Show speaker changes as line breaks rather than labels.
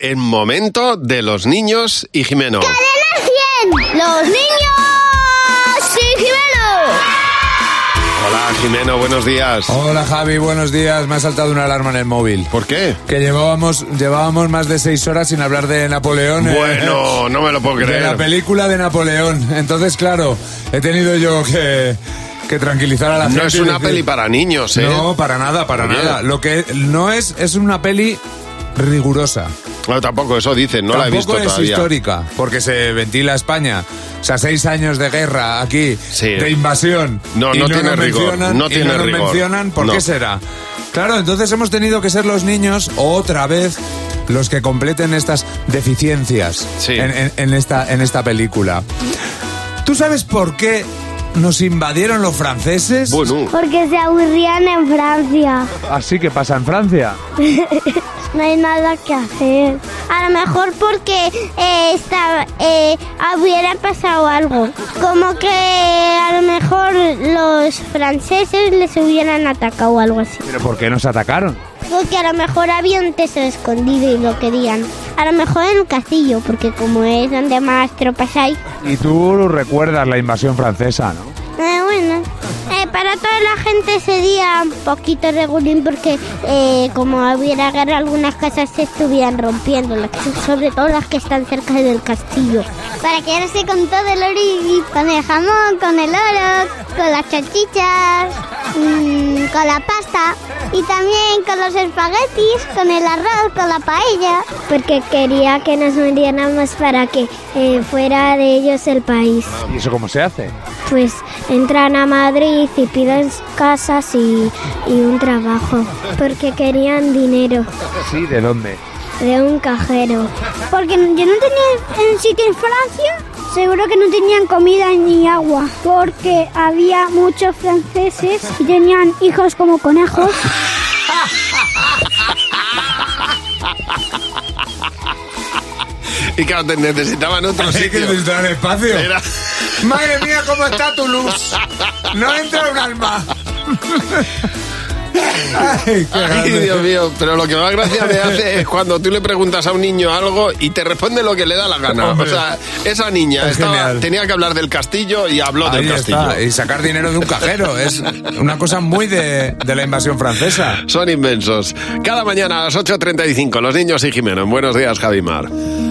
el momento de los niños y Jimeno.
¡Los niños! ¡Sí,
Hola Jimeno, buenos días.
Hola Javi, buenos días. Me ha saltado una alarma en el móvil.
¿Por qué?
Que llevábamos, llevábamos más de seis horas sin hablar de Napoleón. eh,
Bueno, no me lo puedo
de la
creer.
película de Napoleón. Entonces, claro, he tenido yo que, que tranquilizar a la gente.
No es
y
una
decir,
peli para niños, ¿eh?
No, para nada, para
Bien.
nada. Lo que no es, es una peli rigurosa.
No, tampoco, eso dicen, no la he
Tampoco
visto
es
todavía.
histórica, porque se ventila España. O sea, seis años de guerra aquí,
Sí.
de invasión.
No,
y
no
nos
tiene rigor,
mencionan-
no
y
tiene
nos
rigor.
mencionan, ¿por
No.
qué será? Claro, entonces hemos tenido que ser los niños otra vez los que completen estas deficiencias
Sí.
en, en- en esta, en esta película. ¿Tú sabes por qué nos invadieron los franceses?
Bueno,
Porque se aburrían en Francia.
Así que pasa en Francia.
No hay nada que hacer. A lo mejor porque eh, estaba- eh, hubiera pasado algo. Como que a lo mejor los franceses les hubieran atacado o algo así.
¿Pero por qué nos atacaron?
Porque a lo mejor había un tesoro escondido y lo querían. A lo mejor en un castillo, porque como es donde más tropas hay.
Y tú recuerdas la invasión francesa, ¿no?
Eh, bueno, eh, para toda la gente ese día un poquito regulín porque eh, como hubiera guerra algunas casas se estuvieran rompiendo, las que- sobre todo las que están cerca del castillo. Para quedarse con todo el oro y con el jamón, con el oro, con las chachichas, con la pasta y también con los espaguetis, con el arroz, con la paella. Porque quería que nos hundieran más para que eh, fuera de ellos el país.
¿Y eso cómo se hace?
Pues entran a Madrid y piden casas y, y un trabajo, porque querían dinero
Sí, ¿de dónde?
de un cajero. Porque yo no tenía en sitio en Francia, seguro que no tenían comida ni agua, porque había muchos franceses y tenían hijos como conejos.
y claro, te- necesitaban otro
Así que
sitio.
necesitan espacio.
Era-
Madre mía, cómo está tu luz. No entra un alma. Ay, qué
Ay,
grande.
Dios mío, pero lo que más gracia me hace es cuando tú le preguntas a un niño algo y te responde lo que le da la gana.
Hombre.
O sea, esa niña
Es
estaba-
genial.
tenía que hablar del castillo y habló
Ahí
del castillo.
está. Y sacar dinero de un cajero es una cosa muy de, de la invasión francesa.
Son inmensos. Cada mañana a las 8.35, los niños y Jimeno. En Buenos días, Javimar.